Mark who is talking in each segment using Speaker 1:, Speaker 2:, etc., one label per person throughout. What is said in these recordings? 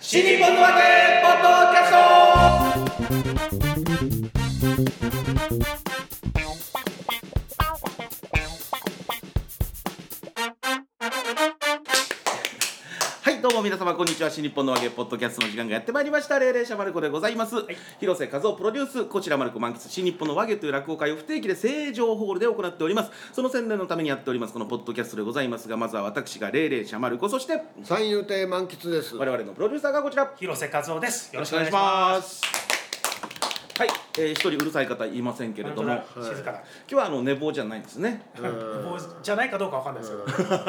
Speaker 1: 新日本の若手ポッドキャストはいどうも皆様こんにちは新日本のわけポッドキャストの時間がやってまいりました霊霊者マルコでございます、広瀬和夫プロデュースこちらマルコ満喫新日本のわけという落語会を不定期で成城ホールで行っておりますその宣伝のためにやっておりますこのポッドキャストでございますがまずは私が霊霊者マルコそして
Speaker 2: 三遊亭満喫です。
Speaker 1: 我々のプロデューサーがこちら
Speaker 3: 広瀬和夫です。よ
Speaker 1: よ
Speaker 3: ろ
Speaker 1: ろ
Speaker 3: し
Speaker 1: し
Speaker 3: く
Speaker 1: く
Speaker 3: お
Speaker 1: お
Speaker 3: 願
Speaker 1: 願
Speaker 3: い
Speaker 1: い
Speaker 3: し
Speaker 1: し
Speaker 3: ま
Speaker 1: ま
Speaker 3: す。
Speaker 1: す。はい、えー、一人うるさい方いませんけれども、今
Speaker 3: 本当だ静かだ。
Speaker 1: 日はあの寝坊じゃないんですね。
Speaker 3: もうじゃないかどうかわかんないですけど。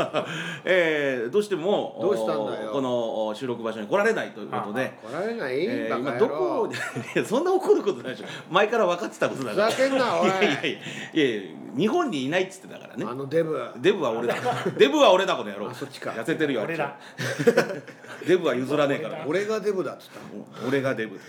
Speaker 1: えー、どうしても
Speaker 2: どうしたんだよ
Speaker 1: おこのお収録場所に来られないということで、
Speaker 2: 来られない、
Speaker 1: えー、
Speaker 2: バ
Speaker 1: 今
Speaker 2: カ
Speaker 1: ど
Speaker 2: 野
Speaker 1: こ
Speaker 2: 郎。
Speaker 1: でそんな怒ることないでしょ。前から分かってたことだ
Speaker 2: ふ
Speaker 1: から。
Speaker 2: ざけんな、おい。
Speaker 1: いやいやいやいや日本にいないっつってたからね
Speaker 2: あ。のデブ。
Speaker 1: デブは俺だ。デブは俺だこの野郎。
Speaker 2: あそっちか
Speaker 1: 痩せてるよ。
Speaker 3: 俺ら。
Speaker 1: デブは譲らねえから。
Speaker 2: 俺がデブだっつった。
Speaker 1: 俺がデブ。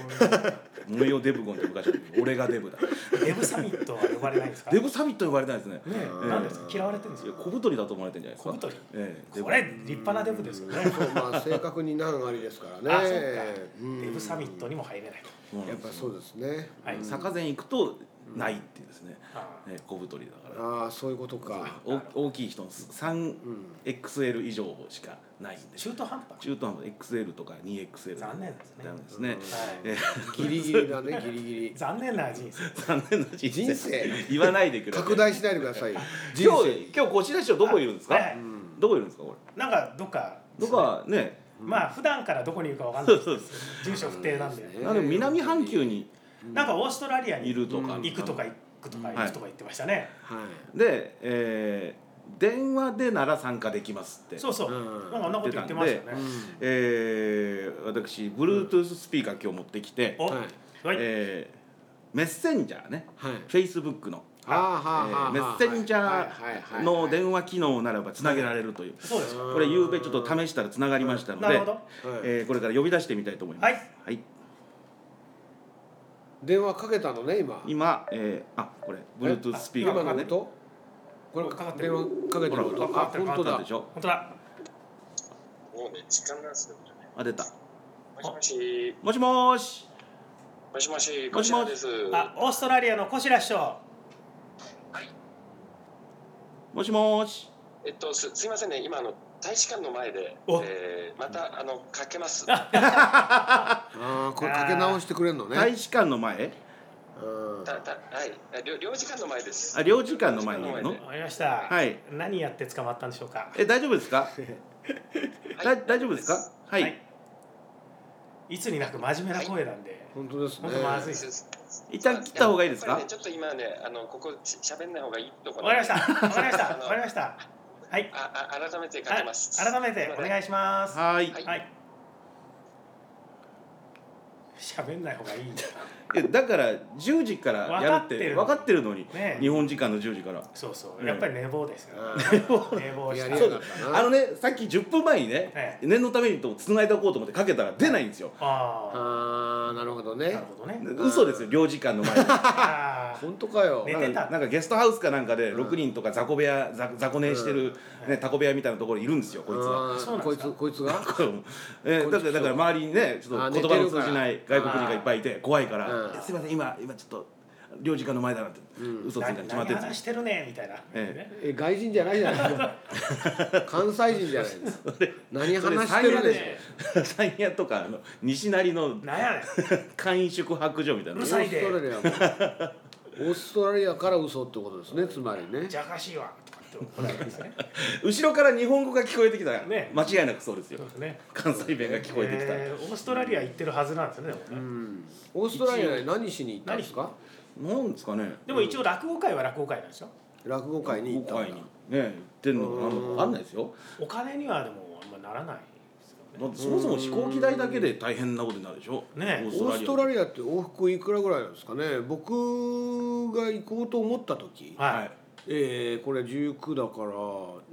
Speaker 1: 無用デブゴンって昔あった俺がデブだ。
Speaker 3: デブサミットは呼ばれないんですか。
Speaker 1: デ
Speaker 3: ね
Speaker 1: ブサミット呼ばれてないですね。
Speaker 3: え、なんですか嫌われてるんです
Speaker 1: いや
Speaker 3: よ。
Speaker 1: 小太りだと思われてんじゃないですか。
Speaker 3: 小太り
Speaker 1: ええ、
Speaker 3: これ立派なデブですよね。
Speaker 2: そ うまあ正確に何ありですからね。
Speaker 3: あ、そっか。
Speaker 2: うん
Speaker 3: デブサミットにも入れないと。
Speaker 2: やっぱそうですね。
Speaker 3: はい。
Speaker 1: 坂前行くとないっていうですね。
Speaker 3: あ
Speaker 1: ええ小太りだから。
Speaker 2: ああそういうことか。
Speaker 1: お大きい人の三 XL 以上しかないんで。
Speaker 3: 中途半端。
Speaker 1: 中途半端 XL とか 2XL
Speaker 3: 残念ですね
Speaker 1: 残念ですね、
Speaker 3: はい。
Speaker 1: え
Speaker 2: ギリギリだねギリギリ。
Speaker 3: 残念な人生。
Speaker 1: え残念な人生
Speaker 2: 人生
Speaker 1: 言わないでくれ
Speaker 2: 拡大しないでくださいよ。人
Speaker 1: 今
Speaker 2: 生
Speaker 1: 日今日こちら師匠どこいるんですか、
Speaker 3: はいはい
Speaker 1: どこいるんですかこれ
Speaker 3: なんかどっか。
Speaker 1: どこはね
Speaker 3: まあ普段からどこにいるかわかんないですけど。住所不定なんで。
Speaker 1: あの南半球に
Speaker 3: なんかオーストラリアに
Speaker 1: いるとか、
Speaker 3: 行くとか行くとか行くとか言ってましたね。
Speaker 2: はい。
Speaker 1: で、えー電話でなら参加できますって
Speaker 3: そうそ
Speaker 2: う
Speaker 3: う。
Speaker 2: ん
Speaker 3: なんかあんなこと言ってましたよね。
Speaker 1: えー私 Bluetooth スピーカー今日持ってきて、
Speaker 3: お、
Speaker 2: はい
Speaker 3: はい。
Speaker 1: えーメッセンジャーね、
Speaker 2: はい
Speaker 1: Facebook の、
Speaker 2: ああ
Speaker 1: え
Speaker 2: はあはあは
Speaker 1: ー
Speaker 2: あ。
Speaker 1: メッセンジャーの電話機能ならばつなげられるという、
Speaker 3: そうですか。
Speaker 1: これゆうべちょっと試したらつながりましたので、
Speaker 3: なるほど。
Speaker 1: えーこれから呼び出してみたいと思います。
Speaker 3: はい
Speaker 2: 電話かけたのね今。
Speaker 1: 今、えーあこれ Bluetooth スピーカ
Speaker 2: 今
Speaker 1: ーが
Speaker 2: の
Speaker 1: ね
Speaker 2: 音？これ
Speaker 3: かかってる
Speaker 2: 電話かけてる音。
Speaker 3: ほら
Speaker 2: あ本当
Speaker 1: あった
Speaker 2: だ
Speaker 1: で。しょ
Speaker 3: 本当だ。
Speaker 4: もうね、時間なんですよ。
Speaker 1: あ出た
Speaker 4: もしもし、
Speaker 1: もしもーし
Speaker 4: もしもし、
Speaker 1: も
Speaker 4: こ
Speaker 1: し
Speaker 4: ち
Speaker 1: も
Speaker 4: ら
Speaker 1: し
Speaker 4: です。
Speaker 3: あ、オーストラリアのコシラ師匠。
Speaker 1: もしもーし
Speaker 4: えっと、す、すいませんね、今あの大使館の前で、
Speaker 3: お
Speaker 4: えーまたあのかけます。
Speaker 2: ああこれかけ直してくれるのね。
Speaker 1: 大使館の前
Speaker 2: うん
Speaker 4: たたはい、あ領領事館の前です。
Speaker 1: あ領事館の前にいるの
Speaker 4: 領事
Speaker 3: わかりました。
Speaker 1: はい。
Speaker 3: 何やって捕まったんでしょうか。
Speaker 1: え大丈夫ですか
Speaker 4: 館の前で
Speaker 1: だ大丈夫ですかはい、
Speaker 3: はいいつになく真面目な声なんで。
Speaker 2: 本当ですね
Speaker 3: 本。当まずい
Speaker 4: すす
Speaker 1: 一旦切った方がいいですか
Speaker 4: やっぱりねちょっと今ね、あのここししゃべんない方がいいとこ
Speaker 3: わかりました。
Speaker 4: あ
Speaker 3: わかりました。わかりました。はい。
Speaker 4: あ改めてかけます。
Speaker 3: あ改めてお願い
Speaker 4: し
Speaker 3: します。は
Speaker 1: はーい
Speaker 4: はい
Speaker 3: い。喋んない方がいいんだ
Speaker 1: いやだから10時からやるって分
Speaker 3: 分
Speaker 1: か
Speaker 3: か
Speaker 1: っ
Speaker 3: って
Speaker 1: るのに、
Speaker 3: ねえ
Speaker 1: 日本時間の10時から
Speaker 3: そうそう。
Speaker 1: ね
Speaker 3: やっぱり寝坊ですよ。寝坊し
Speaker 2: や
Speaker 3: た。
Speaker 2: り
Speaker 3: は
Speaker 2: や
Speaker 3: い
Speaker 2: がったな。
Speaker 1: あのねさっき10分前にね、
Speaker 3: え
Speaker 1: 念のためにと繋いでおこうと思ってかけたら出ないんですよ、
Speaker 3: あ
Speaker 2: あーなるほど
Speaker 3: あ。な
Speaker 2: ね
Speaker 3: るほど ね。
Speaker 1: 嘘ですよ領事館の前 に
Speaker 3: あ
Speaker 2: 本当かよ
Speaker 3: ね
Speaker 1: なんかなんかゲストハウスかなんかで6人とか雑魚部屋雑雑魚寝してる、ね、タコ部屋みたいなところにいるんですよこいつは。
Speaker 2: あー
Speaker 3: そうなん
Speaker 2: こ
Speaker 3: で
Speaker 2: い
Speaker 3: すか
Speaker 2: つこいつが
Speaker 1: えー
Speaker 2: こんにち
Speaker 1: だから
Speaker 2: は
Speaker 1: だから周りにねちょっと言葉の通じない外国人がいっぱいいて怖いから
Speaker 2: うん
Speaker 1: いやすいません今今ちょっと領事館の前だなって、嘘つい
Speaker 3: あ。
Speaker 1: たに決まって
Speaker 3: 何
Speaker 1: るんですよ
Speaker 3: 話してるねみたいな。
Speaker 1: え
Speaker 2: え外人じゃないじゃないですか関西人じゃないですか何話してる
Speaker 1: そ
Speaker 2: で
Speaker 1: れ
Speaker 2: し
Speaker 1: 山谷とかあの西成 の
Speaker 3: なんやねん。
Speaker 1: 簡易宿泊所みたい
Speaker 2: ょ
Speaker 3: う
Speaker 1: な
Speaker 2: オー
Speaker 3: るさい
Speaker 2: ス
Speaker 3: で
Speaker 2: トラリアもオーストラリアから嘘ってことですねつまりね
Speaker 3: じゃかしいわとかって怒られるんです ね。
Speaker 1: 後ろから日本語が聞こえてきたら、
Speaker 3: ね
Speaker 1: 間違いなくそうですよ
Speaker 3: そうですね。
Speaker 1: 関西弁が聞こえてきたら、
Speaker 3: えーオーストラリア行ってるはずなんですよね。でもね
Speaker 2: うんオーストラリアに何しに行ったんですか
Speaker 1: なんですかね
Speaker 3: でも一応落語会は落語会なんですよ。
Speaker 2: 落語会に行ったんだ
Speaker 1: 会にね言ってんのかなんのか分かんないですよ
Speaker 3: お金にはでもあんまならないですよ
Speaker 1: だってそもそも飛行機代だけで大変なことになるでしょ
Speaker 3: ねえ
Speaker 1: オース
Speaker 2: オ
Speaker 1: ト
Speaker 2: ー
Speaker 1: ラ
Speaker 2: ス
Speaker 1: リ
Speaker 2: ト
Speaker 1: ア
Speaker 2: ラリアって往復いくらぐらいなんですかね僕が行こうと思った時
Speaker 3: ね。はい。
Speaker 2: えーこれ19だから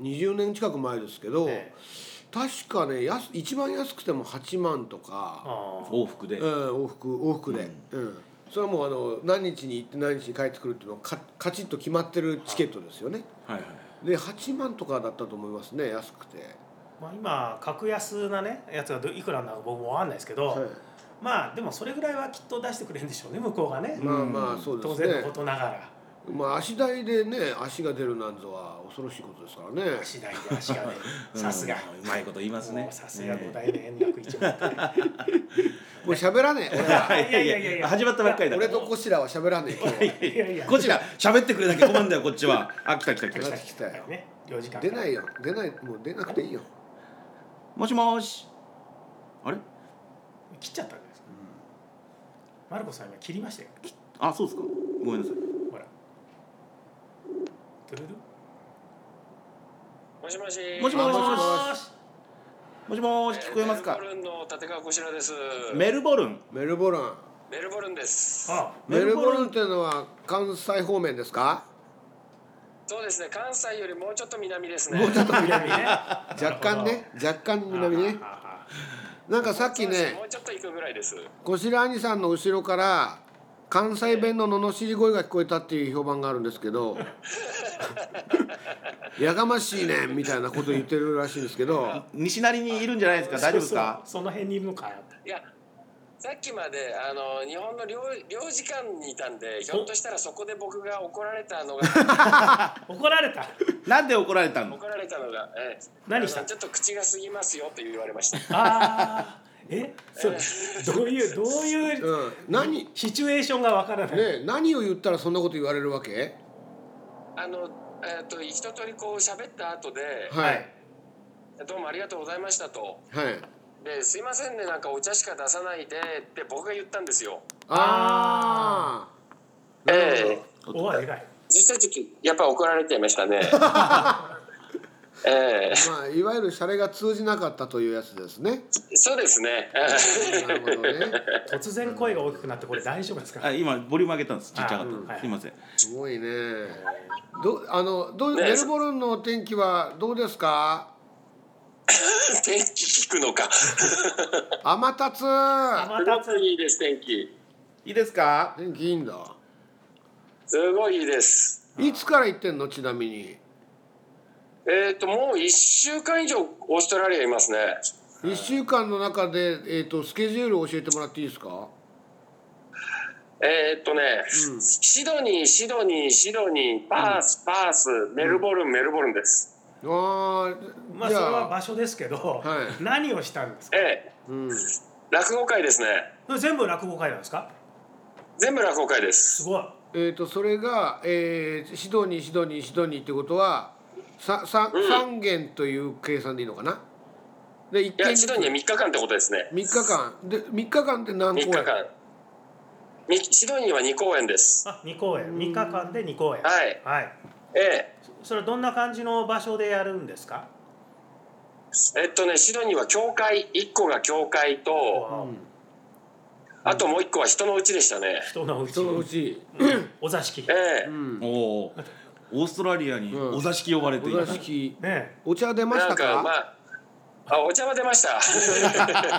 Speaker 2: 20年近く前ですけど、
Speaker 3: ええ
Speaker 2: 確かね安一番安くても8万とか、
Speaker 3: あ
Speaker 1: 往復で、
Speaker 2: うん、往復往復で、うんそれはもうあの何日に行って何日に帰ってくるっていうのはかカチッと決まってるチケットですよね
Speaker 1: はいはい
Speaker 2: で8万とかだったと思いますね安くて
Speaker 3: あ。まあ、今格安なねやつがどいくらなのか僕もわかんないですけど、
Speaker 2: はい
Speaker 3: まあでもそれぐらいはきっと出してくれるんでしょうね向こうがね、
Speaker 2: まあまあそうで
Speaker 3: 当
Speaker 2: す
Speaker 3: 然のこ
Speaker 2: ね。
Speaker 3: とながら
Speaker 2: まあ足台でね足が出るなんぞは恐ろしいことですからね。
Speaker 3: 次第で足がねさすが。
Speaker 1: うんうまいこと言いますね
Speaker 3: もうさすが五代目円楽一門
Speaker 2: もう喋らねえ。俺 は
Speaker 1: いやいやいや始まったばっかりだ
Speaker 2: 俺とこしらは喋らねえ。今日はい
Speaker 3: やいや
Speaker 1: こちら喋ってくれなきゃ困るんだよこっちはあ来た来た来
Speaker 2: 来
Speaker 1: た
Speaker 2: た来たよ
Speaker 3: ね4時間
Speaker 2: 出ないよ出ないもう出なくていいよ。
Speaker 1: もしもーしあれ
Speaker 3: 切っちゃったんじゃないですか、マルコさん今切りましたよ
Speaker 1: あそうですかごめんなさい
Speaker 3: ほらトゥルル
Speaker 4: もしもし。
Speaker 1: もしもーし
Speaker 2: あもしも
Speaker 1: もしもー
Speaker 4: え
Speaker 1: し
Speaker 4: ー
Speaker 1: 聞こえますか
Speaker 4: メルボルンの立川こちらです。メ
Speaker 1: メルボルン
Speaker 2: メルボルン。
Speaker 4: ルボルンです。
Speaker 3: あ
Speaker 2: メルボルンっていうのは関西方面ですか？
Speaker 4: そうですね。関西よりもうちょっと南ですね。
Speaker 2: もうちょっと
Speaker 3: あ南ね
Speaker 2: 若干ね若干
Speaker 3: な
Speaker 2: 南
Speaker 3: るほど
Speaker 2: ね。
Speaker 3: ああ
Speaker 2: なんかさっき
Speaker 4: そうです
Speaker 2: ね
Speaker 4: もうちょっと行くぐらいです。
Speaker 2: こしら兄さんの後ろから関西弁の罵り声が聞こえたっていう評判があるんですけ どやがましいねみたいなこと言ってるらしいんですけど
Speaker 1: 西成にいるんじゃないですか大丈夫ですか
Speaker 3: そうそうその辺にいるのかよ
Speaker 4: いや。さっきまであの日本の領領事館にいたんでひょっとしたらそこで僕が怒られた のが
Speaker 3: 怒られた
Speaker 1: なんで怒られたの
Speaker 4: 怒られたのが、ええ
Speaker 3: 何した
Speaker 4: あのちょっと口が過ぎますよって言われました。
Speaker 3: ああえそうどういうどういう、
Speaker 2: うん何ね
Speaker 3: シチュエーションがわからない、
Speaker 2: 何を言ったらそんなこと言われるわけ
Speaker 4: あのえっ、と一通りこう喋った後で、
Speaker 2: はい
Speaker 4: どうもありがとうございましたと。
Speaker 2: はい
Speaker 4: で、すいませんね、なんかお茶しか出さないでって僕が言ったんですよ。
Speaker 2: ああなるほど
Speaker 4: え
Speaker 3: おわでかい
Speaker 4: 実際ちょっとやっぱ怒られちゃいま したね。ええ
Speaker 2: まあいわゆるシャレが通じなかったというやつですね
Speaker 4: そうですね。
Speaker 2: なるほどね
Speaker 3: 突然声が大きくなってこれ大丈夫ですか
Speaker 1: あ今ボリューム上げたんですちっちゃか
Speaker 3: あうん
Speaker 1: っ
Speaker 3: は
Speaker 1: た
Speaker 3: い
Speaker 1: すいません
Speaker 2: すごいねどあのどう
Speaker 4: ね
Speaker 2: メルボルンのお天気はどうですか
Speaker 4: 天気聞くのか。
Speaker 2: 天達
Speaker 3: あまた
Speaker 4: すごいいいです、天気。
Speaker 1: いいですか
Speaker 2: 天気いいんだ
Speaker 4: すごいいいです。
Speaker 2: いつから行ってんのちなみに
Speaker 4: えっ、と、もう1週間以上オーストラリアいますね。
Speaker 2: 1週間の中で、えー、とスケジュールを教えてもらっていいですか
Speaker 4: えっ、とね、
Speaker 2: うん
Speaker 4: シドニー、シドニー、シドニー、パース、パース、メルボルン、メルボルンです。
Speaker 2: あー
Speaker 3: まあ
Speaker 2: じ
Speaker 3: それ
Speaker 2: ゃ
Speaker 3: は
Speaker 2: あ、
Speaker 3: 場所ですけど、
Speaker 2: はい
Speaker 3: 何をしたんですか
Speaker 4: ええ
Speaker 2: うん、
Speaker 4: 落語会ですね。
Speaker 3: 全部落語会なんですか
Speaker 4: 全部落語会で
Speaker 3: す
Speaker 4: す。
Speaker 3: ごい
Speaker 2: えー、とそれが、えーシドニーシドニーシドニーってことはささ3軒という計算でいいのかなで1
Speaker 4: いや、
Speaker 2: 軒
Speaker 4: シドニーは3日間ってことですね。
Speaker 2: 3日間で3日間って何
Speaker 4: 3日
Speaker 2: 公演
Speaker 4: 間。みシドニーは2公演です。
Speaker 3: あ二公演三日間で二公演
Speaker 4: はい
Speaker 3: はい
Speaker 4: ええ。
Speaker 3: それはどんな感じの場所でやるんですか
Speaker 4: えっとね、シドニーは教会、1個が教会と、
Speaker 3: わあ
Speaker 4: あともう1個は人のうちでしたね。
Speaker 3: 人のうち
Speaker 2: そのうち、
Speaker 3: お座敷
Speaker 4: え
Speaker 3: ね
Speaker 4: え
Speaker 2: う。ん、
Speaker 1: おおーオーストラリアにお座敷呼ばれて
Speaker 2: お
Speaker 1: いま
Speaker 2: 座
Speaker 1: す
Speaker 2: 敷
Speaker 3: え
Speaker 2: お茶出まし
Speaker 4: なん
Speaker 2: たか
Speaker 4: か、まあ、あ、お茶は出 ました。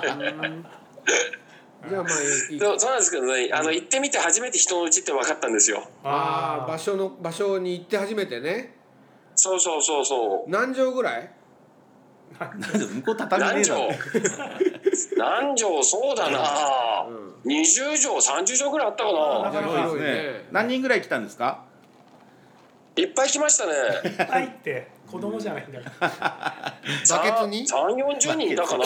Speaker 2: じゃあまあいい
Speaker 4: そうそうなんですけどね、あの、行ってみて初めて人のうちって分かったんですよ。
Speaker 2: ああ場
Speaker 3: 所
Speaker 2: 所の場所に行って初めてね
Speaker 4: そうそうそうそう。
Speaker 2: 何畳ぐらい
Speaker 1: なんで向こう畳ね
Speaker 4: 何
Speaker 1: えだろ
Speaker 4: 畳 何畳そうだな、20畳30畳ぐらいあったか
Speaker 3: あ
Speaker 4: な
Speaker 3: なか
Speaker 1: そうです
Speaker 2: 広
Speaker 1: ね
Speaker 2: いね
Speaker 1: 何人ぐらい来たんですか
Speaker 4: いっぱい来ましたね
Speaker 3: 入って子供じゃないんだから
Speaker 2: バケツに
Speaker 4: 3 4 0人いたかな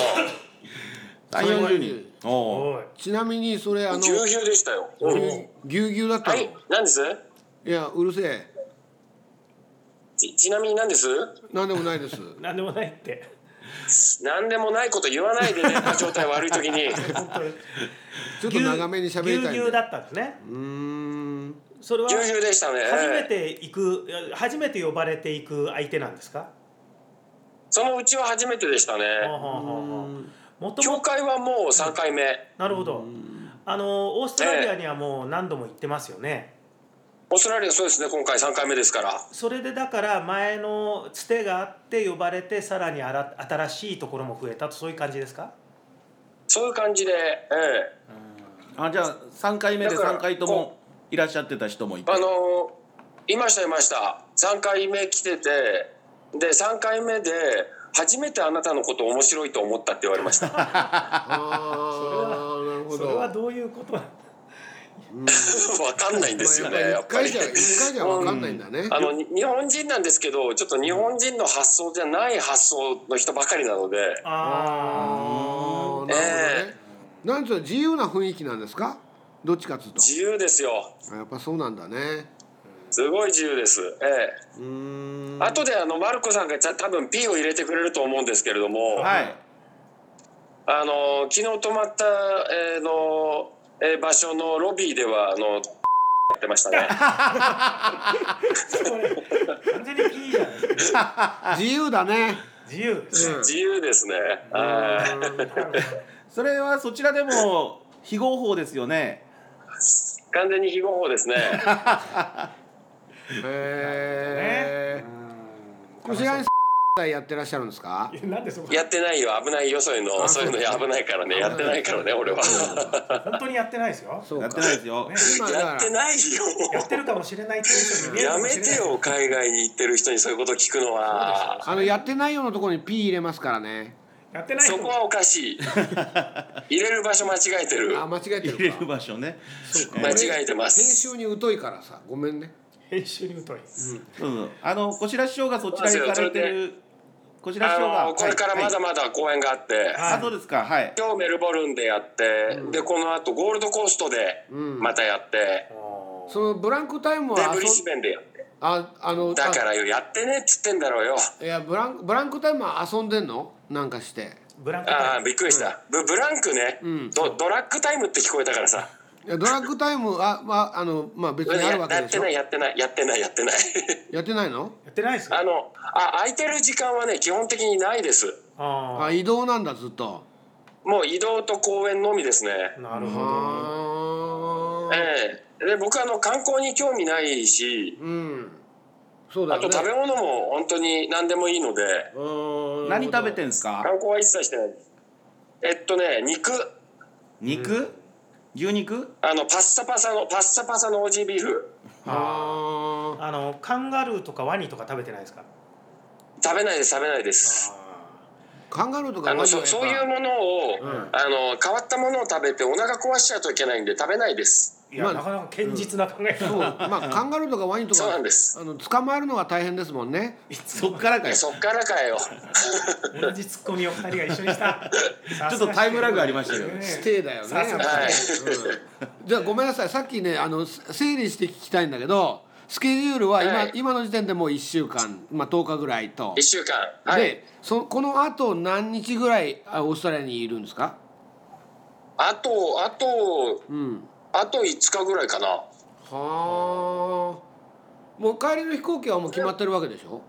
Speaker 1: 3 4 0人おお
Speaker 3: おい
Speaker 2: ちなみにそれあの
Speaker 4: ぎゅうぎゅうでしたよ、うん
Speaker 3: お
Speaker 4: は
Speaker 2: ぎゅうぎゅうだったの、
Speaker 4: い
Speaker 2: い、
Speaker 4: 何です
Speaker 2: やうるせえ
Speaker 4: ちちなみに何です
Speaker 2: なんでも ないです
Speaker 3: なんでもないって
Speaker 4: 何でもないこと言わないでね状態悪い時 に
Speaker 3: 本当に
Speaker 2: ちょっと長めに喋りたいんで
Speaker 3: ぎゅうぎゅうだったんですね
Speaker 2: うーん
Speaker 3: それは
Speaker 4: ぎゅうぎゅうでしたね
Speaker 3: 初めて行くいや初めて呼ばれていく相手なんですか
Speaker 4: そのうちは初めてでしたね
Speaker 3: ほうほうほうほうもと
Speaker 4: 教
Speaker 3: も
Speaker 4: 会はもう3回目
Speaker 3: なるほどあのオーストラリアにはもう何度も行ってますよね
Speaker 4: オーストラリアそうですね今回3回目ですから
Speaker 3: それでだから前のつてがあって呼ばれてさらにあら新しいところも増えたとそういう感じですか
Speaker 4: そういう感じで、ええ
Speaker 1: あじゃあ3回目で
Speaker 4: だから
Speaker 1: 3回ともいらっしゃってた人もいて
Speaker 4: あのいましたいました3回目来ててで3回目で初めてあなたのこと面白いと思ったって言われました
Speaker 2: ああなるほ
Speaker 3: それは
Speaker 2: ど。
Speaker 3: どういうことなの
Speaker 2: うん
Speaker 4: わかんないんですよね
Speaker 2: や
Speaker 4: や
Speaker 2: っ
Speaker 4: っ
Speaker 2: ぱ
Speaker 4: ぱ
Speaker 2: り一
Speaker 4: り
Speaker 2: 回じゃ一回じゃわかんないんだね。
Speaker 4: あのに日本人なんですけどちょっと日本人の発想じゃない発想の人ばかりなので
Speaker 2: あ
Speaker 3: あ
Speaker 2: あなるほどね。なんつうの自由な雰囲気なんですか？どっちかっつうと。
Speaker 4: 自由ですよ
Speaker 2: あやっぱそうなんだね。
Speaker 4: すごい自由ですええ
Speaker 2: うーん。
Speaker 4: 後であのマルコさんがちゃ多分 P を入れてくれると思うんですけれども、
Speaker 1: はい
Speaker 4: あの昨日泊まった、えーのえー場所のロビーではあのやってましたね。
Speaker 3: ーこれ完全にピーじゃない
Speaker 2: 自由だね。
Speaker 3: 自由
Speaker 4: 自由ですね。はい
Speaker 1: それはそちらでも非合法ですよね
Speaker 4: 完全に非合法ですね。
Speaker 2: うん。へえ。こちらにやってらっしゃるんですか？
Speaker 3: いやなんでそこ
Speaker 4: やってないよ危ないよそういうの
Speaker 2: あ
Speaker 4: そういうの
Speaker 2: そう
Speaker 4: 危ないからねやってないからね俺は。
Speaker 3: 本当にやってないですよ
Speaker 2: そう
Speaker 1: やっ
Speaker 2: か
Speaker 1: て。ないですよ
Speaker 3: ね
Speaker 2: 今だか
Speaker 4: や
Speaker 2: ら
Speaker 4: ってな
Speaker 3: や
Speaker 4: いよ。
Speaker 3: ってるかもしれないっていう人に見える
Speaker 4: や
Speaker 3: かも
Speaker 4: め
Speaker 3: しれない
Speaker 4: てよ海外に行ってる人にそういうこと聞くのは。
Speaker 2: あのやってないようなところに P 入れますからね。
Speaker 3: やってない
Speaker 4: そ
Speaker 3: 人
Speaker 4: こはおかしい。入れる場所間違えてる。
Speaker 2: あ間違えて
Speaker 1: 入れ
Speaker 2: る
Speaker 1: る
Speaker 2: か。
Speaker 1: 場所ね
Speaker 2: そうか
Speaker 4: 間違えてます
Speaker 2: 編集に疎いからさ、ごめんね。
Speaker 3: 編集に疎い
Speaker 1: うんうんあのこしら師匠がそちらに行かれて
Speaker 4: そうで
Speaker 1: るこしら師匠
Speaker 4: あ
Speaker 1: が
Speaker 4: のこれからまだまだ公演があって、
Speaker 1: はいあそうですかはい
Speaker 4: 今日メルボルンでやって、でこの後ゴールドコーストで
Speaker 2: うん
Speaker 4: またやって、
Speaker 2: そのブランクタイム
Speaker 4: で
Speaker 2: は
Speaker 4: ブリ
Speaker 2: 遊
Speaker 4: ス
Speaker 2: ん
Speaker 4: ベンでやって
Speaker 2: ああの
Speaker 4: だからよやってねっつってんだろうよ
Speaker 2: あいやブランブランクタイムは遊んでんの？なんかして。
Speaker 3: ブランコタ
Speaker 4: あ
Speaker 3: イ
Speaker 4: あ
Speaker 3: ム
Speaker 4: びっくりした、ブブランクね、
Speaker 2: うん
Speaker 4: ドドラッグタイムって聞こえたからさ
Speaker 2: いやドラッグタイムはまああのまあ別にあるわ
Speaker 4: や
Speaker 2: け
Speaker 4: や
Speaker 2: で
Speaker 4: っ
Speaker 2: してょ
Speaker 4: な。いやってないやってないやってない
Speaker 2: やってないの？
Speaker 3: やってないですよ
Speaker 4: あのあ空いてる時間はね基本的にないです
Speaker 3: あ
Speaker 2: あ移動なんだずっと。
Speaker 4: もう移動と公演のみですね
Speaker 3: あなるほど
Speaker 2: はあ。
Speaker 4: ええで僕あの観光に興味ないし
Speaker 2: うん。そうだ
Speaker 4: あ
Speaker 2: よね。
Speaker 4: と食べ物も本当に何でもいいので、
Speaker 2: うーん
Speaker 1: 何食べてん
Speaker 2: ん
Speaker 1: ですか
Speaker 4: 観光は一切してないえっとね肉
Speaker 1: 肉牛肉
Speaker 4: あのパッサパサのパッサパサのオージービーフ
Speaker 2: あー
Speaker 3: あのカンガルーとかワニとか食べてないですか
Speaker 4: 食べないです食べないです
Speaker 2: カンガルーとか
Speaker 4: あの
Speaker 2: ワニは
Speaker 4: そ
Speaker 2: やっぱ
Speaker 4: そういうものを、
Speaker 2: うん
Speaker 4: あの変わったものを食べてお腹壊しちゃうといけないんで食べないです
Speaker 3: いや、
Speaker 2: まあ
Speaker 3: なかなか堅実な考え方、
Speaker 2: そうま あカンガルーとかワニとか
Speaker 4: そうなんです
Speaker 2: あの捕まえるのが大変ですもんね。
Speaker 1: そっからかよち
Speaker 4: そっからか よ
Speaker 3: 同じツッコミを二人が一緒にした
Speaker 1: ょっとタイムラグありましたけど
Speaker 2: ス
Speaker 3: ね
Speaker 2: テイだよね。
Speaker 3: さすが
Speaker 4: はい
Speaker 2: うんじゃあごめんなさいさっきねあのせ整理して聞きたいんだけどスケジュールは今,、
Speaker 4: はい
Speaker 2: 今の時点でもう1週間、まあ、10日ぐらいと
Speaker 4: 1、週間はい
Speaker 2: でそこのあと何日ぐらいあオーストラリアにいるんですか、
Speaker 4: あとあと
Speaker 2: うん、
Speaker 4: あと5日ぐらいかな
Speaker 2: はあもう帰りの飛行機はもう決まってるわけでしょ、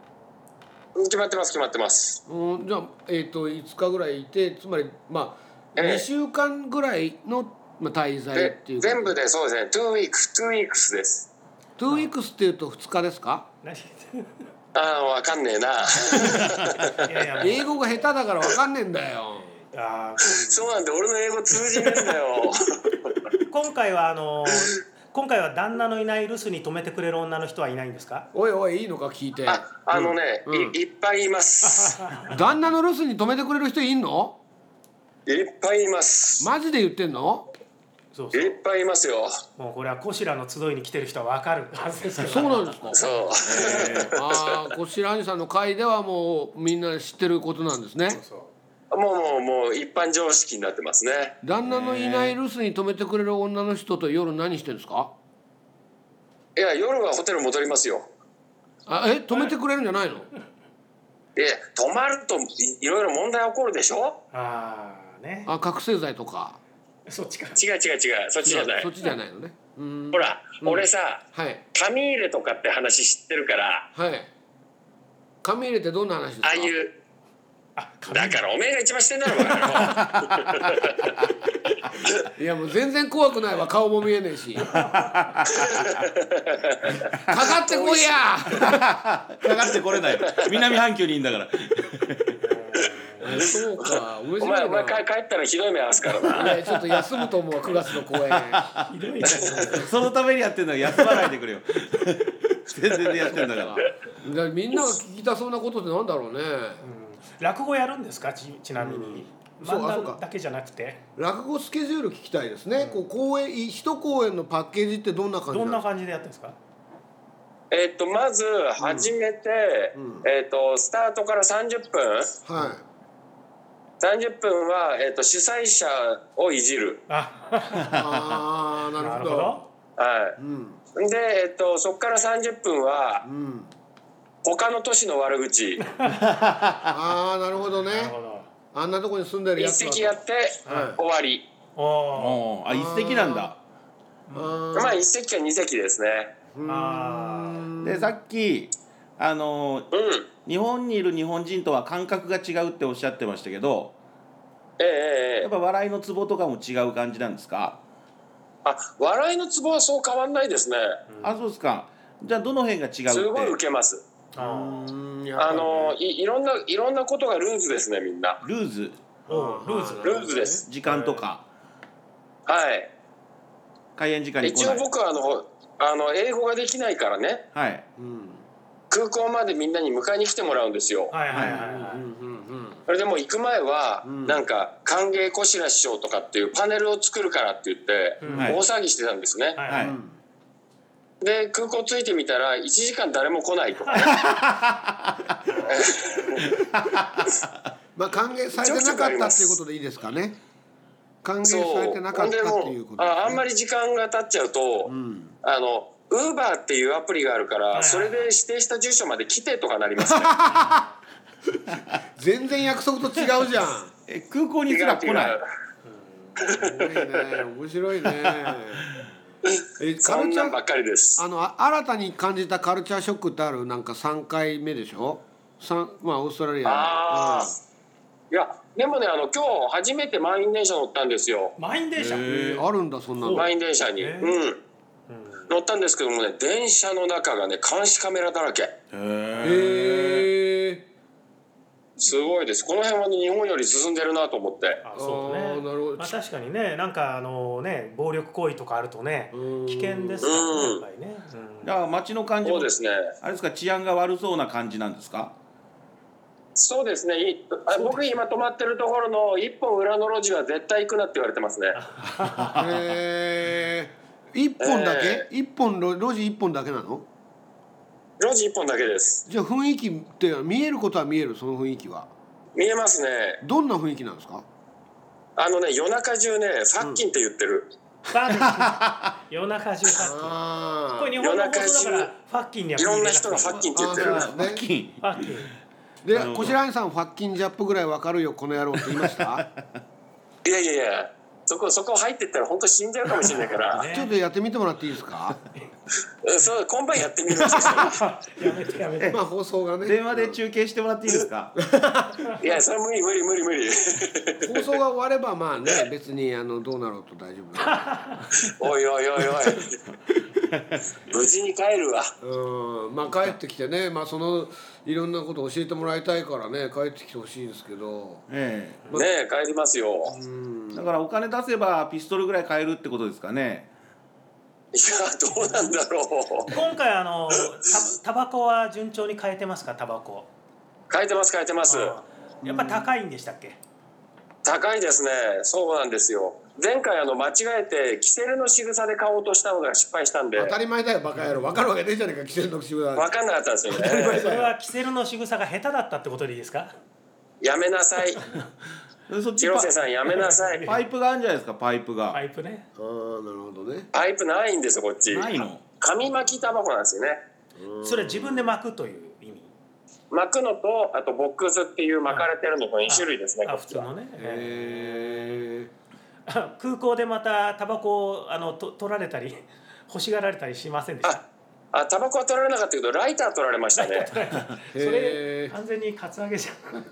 Speaker 4: 決まってます決まってます
Speaker 2: うん、じゃあ、えー、と5日ぐらいいてつまりまあ
Speaker 4: ええ
Speaker 2: 2週間ぐらいのまあ滞在っ
Speaker 4: で
Speaker 2: ていう
Speaker 4: 全部でそうですね2ウィーク2ウィークスです
Speaker 2: 2 weeks っていうと2日ですか
Speaker 3: 何言って
Speaker 4: ああわかんね えな
Speaker 3: いやいやもう
Speaker 2: 英語が下手だから分かんねえんだよ。
Speaker 3: あ
Speaker 4: そうなんで俺の英語通じねえんだよ
Speaker 3: ー今回はあの今回は旦那のいない留守に泊めてくれる女の人はいないんですか
Speaker 2: おいおいいいのか聞いて
Speaker 4: あ、あのね、
Speaker 2: うん
Speaker 4: い
Speaker 2: うん
Speaker 4: いっぱい います。
Speaker 2: 旦那の留守に止めてくれる人いんの
Speaker 4: いっぱいいます。
Speaker 2: マジで言ってんの
Speaker 3: そうそ
Speaker 4: いうっぱいいますよ。
Speaker 3: もうこれはコシラの集いに来てる人はわかるはず ですけど
Speaker 2: そうなんですか
Speaker 4: そう。
Speaker 2: ああこちら兄さんの会ではもうみんな知ってることなんですね
Speaker 3: そうそう
Speaker 4: もうもうもう一般常識になってますね。
Speaker 2: 旦那のいない留守に止めてくれる女の人と夜何してんですか
Speaker 4: いや、夜はホテル戻りますよ。
Speaker 2: あえ止めてくれるんじゃないの
Speaker 4: いや、泊まるといいろいろ問題起こるでしょ
Speaker 3: ああね
Speaker 2: あ覚醒剤とか
Speaker 3: そっちから
Speaker 4: 違う違う違う、そっちじゃない
Speaker 2: そっ。ちじゃないのねうーん
Speaker 4: ほら、
Speaker 2: うん
Speaker 4: 俺さ、
Speaker 2: はい
Speaker 4: 紙入れとかって話知ってるから、
Speaker 2: はい紙入れてどんな話ですか
Speaker 4: ああいう。
Speaker 3: あ紙
Speaker 4: だからおめえが一番してんだろ うが
Speaker 2: いやもう全然怖くないわ顔も見えねえ しかかってこいや
Speaker 1: かかってこれない南半球にいんだから
Speaker 2: あそうか、面
Speaker 4: お
Speaker 2: 白
Speaker 4: 前
Speaker 2: い
Speaker 4: お前帰
Speaker 2: な。
Speaker 4: ったらひどい目合わすからな
Speaker 2: いやちょっと休むと思うわ9月の公演あ
Speaker 3: ひどいな
Speaker 1: そのためにやってんだから休まないでく れよ全然でやってんだから
Speaker 2: みんなが聞きたそうなことってなんだろうね、
Speaker 3: 落語やるんですかちちなみに、
Speaker 2: うんそう
Speaker 3: 漫
Speaker 2: あそうか
Speaker 3: 談だけじゃなくて
Speaker 2: 落語スケジュール聞きたいですね、こう公演一公演のパッケージってどんな感じ
Speaker 3: どん
Speaker 2: なですか
Speaker 3: なん感じでやってるんですか
Speaker 4: えっとまず始めて、
Speaker 2: うん
Speaker 4: えっとスタートから30分
Speaker 2: はい
Speaker 4: 30分は、えっと主催者をいじる、
Speaker 3: あ
Speaker 2: ああなる
Speaker 3: な
Speaker 2: ほ
Speaker 3: る
Speaker 2: ど
Speaker 3: ほど
Speaker 4: は
Speaker 2: うん
Speaker 4: い、で、えっとそこから30分は
Speaker 2: うん
Speaker 4: 他の都市の悪口
Speaker 2: ああなるほどね
Speaker 3: なるほど
Speaker 2: あんなとこに住んでる
Speaker 4: 一
Speaker 2: やつ
Speaker 4: 席やって
Speaker 2: はい
Speaker 4: 終わり、
Speaker 3: おお
Speaker 1: おーあ一席なんだ
Speaker 4: まあ
Speaker 2: あ
Speaker 4: 一席か二席ですね
Speaker 3: あ
Speaker 2: ー
Speaker 3: ー
Speaker 1: でさっきあのー
Speaker 4: うん
Speaker 1: 日本にいる日本人とは感覚が違うっておっしゃってましたけど
Speaker 4: ええええ
Speaker 1: やっぱ笑いのツボとかも違う感じなんですか、
Speaker 4: あ笑いのツボはそう変わんないですね
Speaker 1: あそうですかじゃあどの辺が違うって
Speaker 4: すごい受けます
Speaker 3: あー
Speaker 2: うんやっぱり
Speaker 4: あ
Speaker 2: ね
Speaker 4: のいいろんないろんなことがルーズですねみんな
Speaker 1: ルーズ
Speaker 3: おールーズ
Speaker 4: ルーズです
Speaker 1: 時間とか
Speaker 4: はい
Speaker 1: 開演時間に来
Speaker 4: 一
Speaker 1: な
Speaker 4: 応
Speaker 1: い
Speaker 4: 僕はあのあの英語ができないからね
Speaker 1: はい
Speaker 2: うん
Speaker 4: 空港までみんなに迎えに来てもらうんですよ
Speaker 3: はいはいはい
Speaker 2: うんう
Speaker 3: はい
Speaker 2: んうん
Speaker 4: それでもう行く前は、
Speaker 2: うん
Speaker 4: なんか歓迎こしら師匠とかっていうパネルを作るからって言って、
Speaker 3: うん
Speaker 1: はい
Speaker 4: 大騒ぎしてたんです
Speaker 3: は
Speaker 4: ね、
Speaker 3: い
Speaker 1: は
Speaker 2: う
Speaker 1: い
Speaker 2: ん
Speaker 4: で空港着いてみたら1時間誰も来ないとか
Speaker 2: まあ歓迎されてなかったっていうことでいいですかね歓迎されてなかったっていうことですね
Speaker 4: ああんまり時間が経っちゃうと、
Speaker 2: うん
Speaker 4: あのウーバーっていうアプリがあるから、
Speaker 3: い
Speaker 4: それで指定した住所まで来てとかなりますね
Speaker 2: 全然約束と違うじゃん
Speaker 1: え空港にすら来ない
Speaker 2: すごいね面白いねえ
Speaker 4: そんなんば
Speaker 2: あ
Speaker 4: っかりです
Speaker 2: のあ新たに感じたカルチャーショックってあるなんか三回目でしょ三まあオーストラリア
Speaker 4: ああいやでもねあの今日初めて満員電車乗ったんですよ
Speaker 3: 満員電車、
Speaker 1: へ
Speaker 2: うんえ
Speaker 1: ー
Speaker 2: ーあるんだそんなの
Speaker 4: 満員電車に、
Speaker 3: へー
Speaker 4: うん
Speaker 3: うん
Speaker 4: 乗ったんですけどもね電車の中がね監視カメラだらけ
Speaker 1: へえ
Speaker 2: へえ
Speaker 4: すごいですこの辺は、ね、日本より進んでるなと思って
Speaker 3: あそうだ
Speaker 2: あ
Speaker 3: ね
Speaker 2: ーなるほど
Speaker 3: まあ、確かにねなんかあのね暴力行為とかあるとね
Speaker 2: うん
Speaker 3: 危険ですからねや
Speaker 4: うん
Speaker 3: っぱりね、うん
Speaker 1: だから街の感じ
Speaker 4: そ
Speaker 1: も
Speaker 4: うですね
Speaker 1: あれですか治安が悪そうな感じなんですか
Speaker 4: そうですねいあ僕今泊まってるところの一本裏の路地は絶対行くなって言われてますね
Speaker 2: へえ一本だけ一本路路地一本だけなの
Speaker 4: 路地一本だけです
Speaker 2: じゃあ雰囲気っていうのは見えることは見えるその雰囲気は
Speaker 4: 見えますね
Speaker 2: どんな雰囲気なんですか
Speaker 4: あのね夜中中ね殺菌って言ってる、
Speaker 3: ファン夜中中フ
Speaker 2: あ
Speaker 3: ァッキン これ日本の放送だから
Speaker 4: 夜
Speaker 3: ファッキンにはい
Speaker 4: ろんな人がファッキンって言ってる
Speaker 2: あー
Speaker 1: 罰金
Speaker 3: ファッキン
Speaker 2: で
Speaker 1: なるほど
Speaker 2: こしらんさん「ファッキンジャップぐらいわかるよこの野郎」って言いました
Speaker 4: いやいやいやそこそこ入ってったら本当死んじゃうかもしれないから、
Speaker 3: ね
Speaker 2: ちょっとやってみてもらっていいで すか
Speaker 4: うんそう今晩やってみるんです
Speaker 3: やめてやめて
Speaker 2: まあ放送がね
Speaker 1: 電話で中継してもらっていいですか
Speaker 4: よいやそれ無理無理無理無理
Speaker 2: うん放送が終わればまあね別にあのどうなろうと大丈夫だ
Speaker 4: おいおいおいおい無事に帰るわ
Speaker 2: うんまあ帰ってきてねまあそのいろんなこと教えてもらいたいからね帰ってきてほしいですけど
Speaker 1: え
Speaker 4: ねえ帰りますよいや
Speaker 1: えだからお金出せばピストルぐらい買えるってことですかね
Speaker 4: どうなんだろう
Speaker 3: 今回あのたタバコは順調に変えてますかタバコ
Speaker 4: 書いてます書いてます
Speaker 3: うんやっぱ高いんでしたっけ
Speaker 4: 高いですねそうなんですよ前回あの間違えてキセルの仕草で買おうとしたのが失敗したんで
Speaker 2: 当たり前だよバカ野郎わかるわけねえじゃねえか規制の口は
Speaker 4: 分かんなかったんですよね
Speaker 3: それはキセルの仕草が下手だったってことでいいですか
Speaker 4: やめなさい
Speaker 1: でそっちパ
Speaker 4: 広瀬さんやめなさ い
Speaker 1: パイプがあるんじゃないですかパイプが、
Speaker 3: パイプね
Speaker 2: ああなるほどね
Speaker 4: パイプないんですよこっち
Speaker 1: ないの
Speaker 4: 紙巻きタバコなんですよね
Speaker 3: それは自分で巻くという意味
Speaker 4: 巻くのとあとボックスっていう巻かれてるのの2種類ですね
Speaker 3: あ
Speaker 4: こ
Speaker 3: 普
Speaker 4: っ
Speaker 3: 通
Speaker 4: ちは
Speaker 3: のね、ええ
Speaker 2: へえ
Speaker 3: 空港でまたタバコをあのと取られたり 欲しがられたりしませんでした
Speaker 4: ああタバコは取られなかったけどライター取られましたね
Speaker 3: そ
Speaker 2: へ
Speaker 3: れ
Speaker 2: ー
Speaker 3: 完全にカツアゲじゃん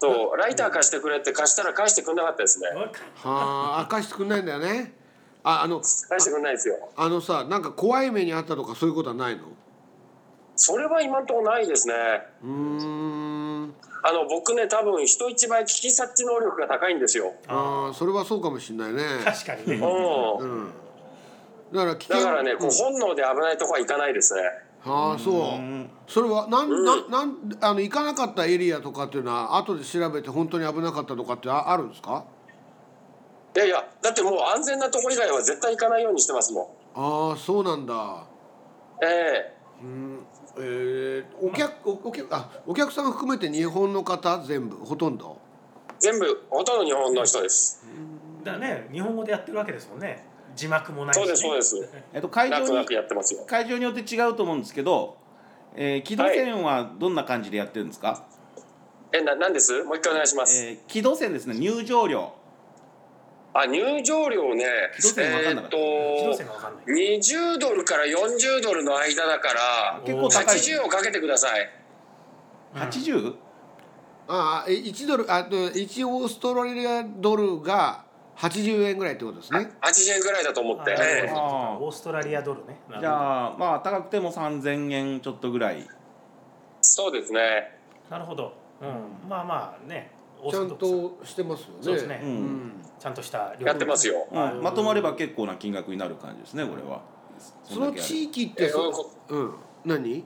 Speaker 4: そうライター貸してくれって貸したら返してくれなかったですね
Speaker 2: はあ明かしてくんないんだよねああの
Speaker 4: 返してくれないですよ
Speaker 2: あのさなんか怖い目にあったとかそういうことはないの
Speaker 4: それは今んとこないですね
Speaker 2: うーん
Speaker 4: あの僕ね多分人一倍聞き察知能力が高いんですよ
Speaker 2: ああそれはそうかもしれないね
Speaker 3: 確かにね
Speaker 4: うん
Speaker 2: うんだから危険
Speaker 4: だからね
Speaker 2: う
Speaker 4: こうん本能で危ないとこは行かないですね
Speaker 2: ああそうそれはなんなんなんあの行かなかったエリアとかっていうのは後で調べて本当に危なかったとかってああるんですか
Speaker 4: いやいやだってもう安全なとこ以外は絶対行かないようにしてますもん
Speaker 2: ああそうなんだ
Speaker 4: え
Speaker 2: うんえー、お客おお客あお客さん含めて日本の方全部ほとんど
Speaker 4: え全部ほとんど日本の人です
Speaker 3: だね日本語でやってるわけですもんね字幕もないし、
Speaker 4: そ
Speaker 3: ね、
Speaker 4: うですそうです
Speaker 1: えっと、会場
Speaker 4: 楽
Speaker 1: に
Speaker 4: 々やってますよ
Speaker 1: 会場によって違うと思うんですけど、えー、機動戦はどんな感じでやってるんですか、
Speaker 4: えななんですもう一回お願いします、
Speaker 1: えー、機動戦ですね入場料
Speaker 4: あ入場料ね
Speaker 1: 一つも分か
Speaker 4: え
Speaker 1: んなか
Speaker 4: ー
Speaker 1: っ
Speaker 4: った
Speaker 3: 一路
Speaker 4: と
Speaker 3: 線がわかんない
Speaker 4: 20ドルから40ドルの間だから
Speaker 1: 結構高い
Speaker 4: 80をかけてください
Speaker 1: 八十、80?
Speaker 2: ああえ1ドルあと1オーストラリアドルが80円ぐらいってことですね
Speaker 4: 80円ぐらいだと思って、
Speaker 3: あなるほ
Speaker 4: ええ
Speaker 3: ど
Speaker 1: あー
Speaker 3: オーストラリアドルね
Speaker 1: じゃあまあ高くても3000円ちょっとぐらい
Speaker 4: そうですね
Speaker 3: なるほど、うん、まあまあねオー
Speaker 2: ちゃ
Speaker 3: ソ
Speaker 2: ん
Speaker 3: ドックスな
Speaker 2: としてますよね
Speaker 3: そうですね、
Speaker 1: う
Speaker 2: うんん
Speaker 3: ちゃんとした
Speaker 4: やってますよ
Speaker 1: うん
Speaker 3: うん
Speaker 1: まとまれば結構な金額になる感じですねこれは
Speaker 2: その地
Speaker 1: 域
Speaker 2: 域って
Speaker 4: え
Speaker 2: そ
Speaker 4: こ
Speaker 2: うん何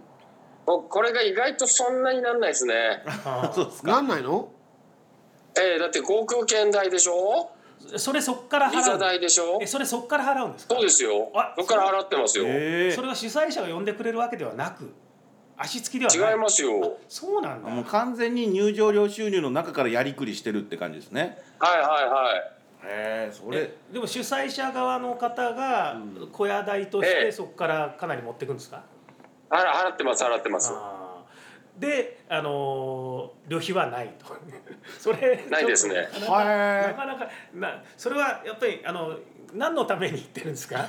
Speaker 4: ここれが意外とそんなになんないですね、
Speaker 3: あ
Speaker 1: そう
Speaker 3: ー
Speaker 1: です
Speaker 2: な
Speaker 1: か
Speaker 2: んないの
Speaker 4: ええ、だって航空券代で しょ
Speaker 3: それそっから
Speaker 4: ビザ
Speaker 3: 払う
Speaker 4: 代でしょ
Speaker 3: えそれそっから払うんですか
Speaker 4: そうですよ
Speaker 3: あ
Speaker 4: そこから払ってますよ、
Speaker 1: え
Speaker 3: それは主催者が呼んでくれるわけではなく足つきではない
Speaker 4: 違いますよ
Speaker 3: そうなんだ
Speaker 1: もう完全に入場料収入の中からやりくりしてるって感じですね
Speaker 4: はいはいはい
Speaker 1: へえそ
Speaker 3: えでも主催者側の方が小屋代とし
Speaker 4: え
Speaker 3: て
Speaker 4: え
Speaker 3: そこからかなり持っていくんですか、
Speaker 4: あら払ってます払ってます
Speaker 3: あーであのー旅費はないと それ
Speaker 4: ないですね
Speaker 3: ちょっとなかな
Speaker 1: へ
Speaker 3: かなかなかなそれはやっぱりあの何のために行ってるんです か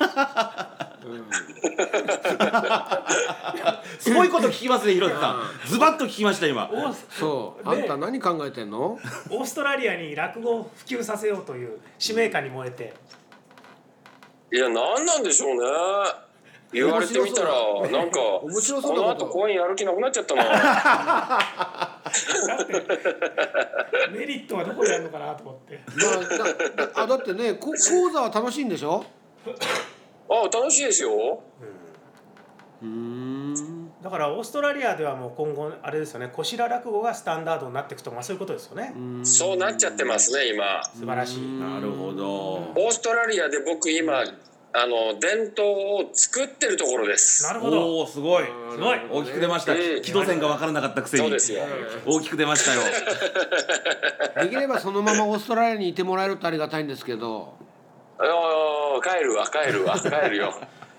Speaker 1: すごいこと聞きますね広瀬さんズバッと聞きました今
Speaker 3: オー
Speaker 2: そうあ
Speaker 3: ね
Speaker 2: んた何考えてんの
Speaker 3: オーストラリアに落語を普及させようという使命感に燃えて、
Speaker 4: いや何なんでしょうね言われてみたら
Speaker 2: 面白そうだ
Speaker 4: なんか
Speaker 2: 面白そ
Speaker 4: こ
Speaker 2: う
Speaker 4: の
Speaker 2: なこと
Speaker 4: 後公園やる気なくなっちゃ ったな
Speaker 3: だ ってメリットはどこにあるのかなと思って
Speaker 2: まあだだあだってねこ講座は楽しいんでしょ
Speaker 4: あ楽しいですよ
Speaker 2: うん
Speaker 3: だからオーストラリアではもう今後あれですよねこしら落語がスタンダードになっていくとまあそういうことですよね
Speaker 4: そうなっちゃってますね今
Speaker 3: 素晴らしい
Speaker 1: なるほど
Speaker 4: オーストラリアで僕今あの伝統を作ってるところです
Speaker 3: なるほど
Speaker 1: おおーすごい
Speaker 3: すごい
Speaker 1: 大きく出ました
Speaker 4: うん
Speaker 1: 軌道線が分からなかったくせ
Speaker 4: そ
Speaker 1: に
Speaker 4: うですよ
Speaker 1: 大きく出ましたよ
Speaker 2: できればそのままオーストラリアにいてもらえるとありがたいんですけど
Speaker 4: あの帰るわ帰るわ帰るよ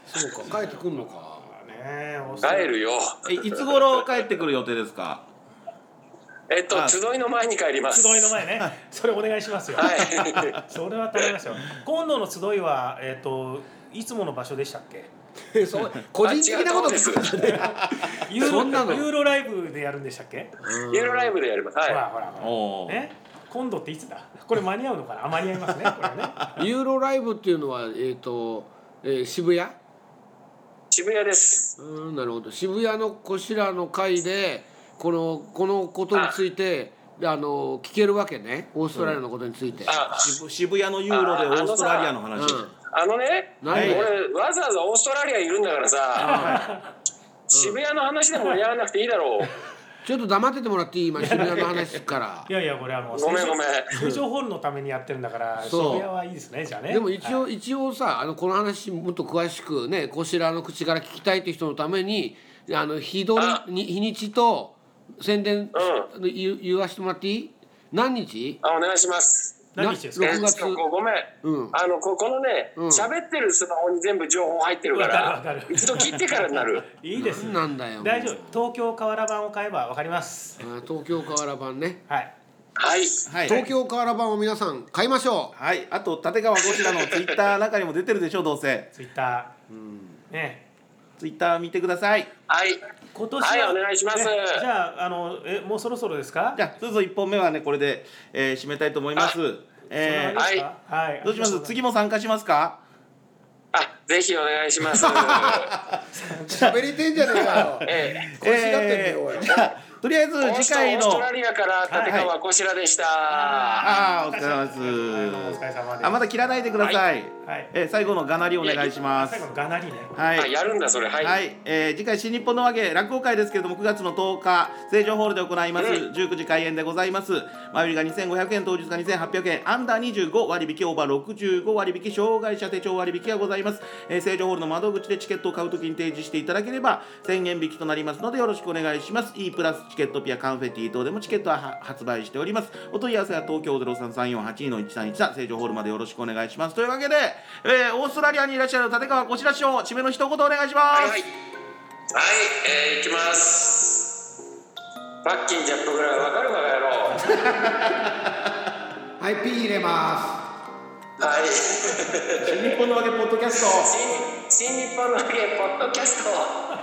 Speaker 2: そうか帰ってくんのか
Speaker 3: ねえオーストラリア
Speaker 4: 帰るよ
Speaker 1: えいつ頃帰ってくる予定ですか
Speaker 4: えっと
Speaker 1: あ
Speaker 4: 集いの前に帰ります
Speaker 3: 集いの 前ねそれお願いしますよ、
Speaker 4: はい
Speaker 3: それは頼みますよ今度の集いはえっ、といつもの場所でしたっ け
Speaker 2: そう個人的なこと です
Speaker 4: あ違うとこです
Speaker 3: ユーロ
Speaker 2: そんなの
Speaker 3: ユーロライブでやるんでしたっけ、
Speaker 4: ユーロライブでやります
Speaker 3: ほら
Speaker 4: は
Speaker 3: ほらほら
Speaker 1: おお
Speaker 3: ね今度っていつだこれ間に合うのかなあ間に合いますねこれね
Speaker 2: ユーロライブっていうのはえっ、と、えー渋谷
Speaker 4: い渋谷です
Speaker 2: うんなるほど渋谷のこしらの会でこのこのことについてあの聞けるわけねオーストラリアのことについて、
Speaker 4: あ
Speaker 1: 渋渋谷のユーロでオーストラリアの話
Speaker 2: う
Speaker 4: あのね
Speaker 2: ん、なんで、
Speaker 4: 俺わざわざオーストラリアいるんだからさ渋谷の話でもやらなくていいだろう
Speaker 2: ちょっと黙っててもらっていい今渋谷の話すから
Speaker 3: いやいやこれはもう
Speaker 4: ごめんごめん
Speaker 3: 通常ホールのためにやってるんだから
Speaker 2: そう
Speaker 3: 渋谷はいいですねじゃあね
Speaker 2: でも一
Speaker 3: は
Speaker 2: 応一応さあのこの話もっと詳しくねこしらの口から聞きたいって人のためにあの日取
Speaker 4: あ
Speaker 2: りに日にちと宣伝、言う言わせてもらっていい何日
Speaker 4: あお願いします
Speaker 3: い何日です
Speaker 2: な
Speaker 3: か
Speaker 4: え
Speaker 2: 6月
Speaker 4: ちょっとごめん
Speaker 2: うん
Speaker 4: あのここのね
Speaker 2: うん
Speaker 4: 喋ってるスマホに全部情報入ってるか
Speaker 3: わかるわ
Speaker 4: ら
Speaker 3: かる
Speaker 4: 一度切ってからになる
Speaker 3: いいです
Speaker 2: なんだよ
Speaker 3: 大丈夫東京瓦版を買えばわかります
Speaker 2: あ東京瓦版ね
Speaker 3: はい
Speaker 4: はい
Speaker 1: はい
Speaker 2: 東京瓦版を皆さん買いましょ
Speaker 1: はいあと立川ゴジラのツイッター中にも出てるでしょどうせ
Speaker 3: ツイッターね
Speaker 1: ツイッター見てください
Speaker 4: はい
Speaker 3: 今年は、
Speaker 4: はいお願いします
Speaker 3: ねじゃああのえもうそろそろですか
Speaker 1: じゃあそろそろ1本目はねこれで、えー締めたいと思いますえ
Speaker 3: そんな
Speaker 1: ー
Speaker 3: 感じですかはい
Speaker 1: どうします次も参加しますか
Speaker 4: あぜひお願いします
Speaker 2: う喋りてんじゃねえかよ
Speaker 4: え
Speaker 2: 腰
Speaker 4: え
Speaker 2: がってんだ
Speaker 1: え
Speaker 2: よおい
Speaker 1: ーじゃあとりあえず
Speaker 4: オース
Speaker 1: 次
Speaker 4: トオ
Speaker 1: 回
Speaker 4: ースト
Speaker 1: の
Speaker 4: ラリアから立川こしらでした。
Speaker 1: ああお疲れ様です
Speaker 3: ありがとうございますお疲れ様です
Speaker 1: あまだ切らないでください、
Speaker 3: はい
Speaker 1: えー最後のがなりお願いします
Speaker 3: 最後のガナリね
Speaker 1: はい
Speaker 4: あやるんだそれはい、
Speaker 1: はい、えー次回新日本のわけ落語会ですけれども9月の10日成城ホールで行います、
Speaker 4: うん
Speaker 1: 19時開演でございます前売りが2500円当日が2800円アンダー25割引オーバー65割引障害者手帳割引がございます、えー、成城ホールの窓口でチケットを買うときに提示していただければ1000円引きとなりますのでよろしくお願いします E プラスチケットピアカンフェティ等でもチケットはは発売しておりますお問い合わせは東京033482-1313成城ホールまでよろしくお願いしますというわけで、えーオーストラリアにいらっしゃる立川こしら師匠締めの一言お願いします、
Speaker 4: はいはい、はいえー、いきますパッキンジャップぐらいわかるかやろう
Speaker 2: はいピー入れま
Speaker 4: はい
Speaker 1: 日本のわけポッドキャスト
Speaker 4: 新新日本のゲーポッドキャスト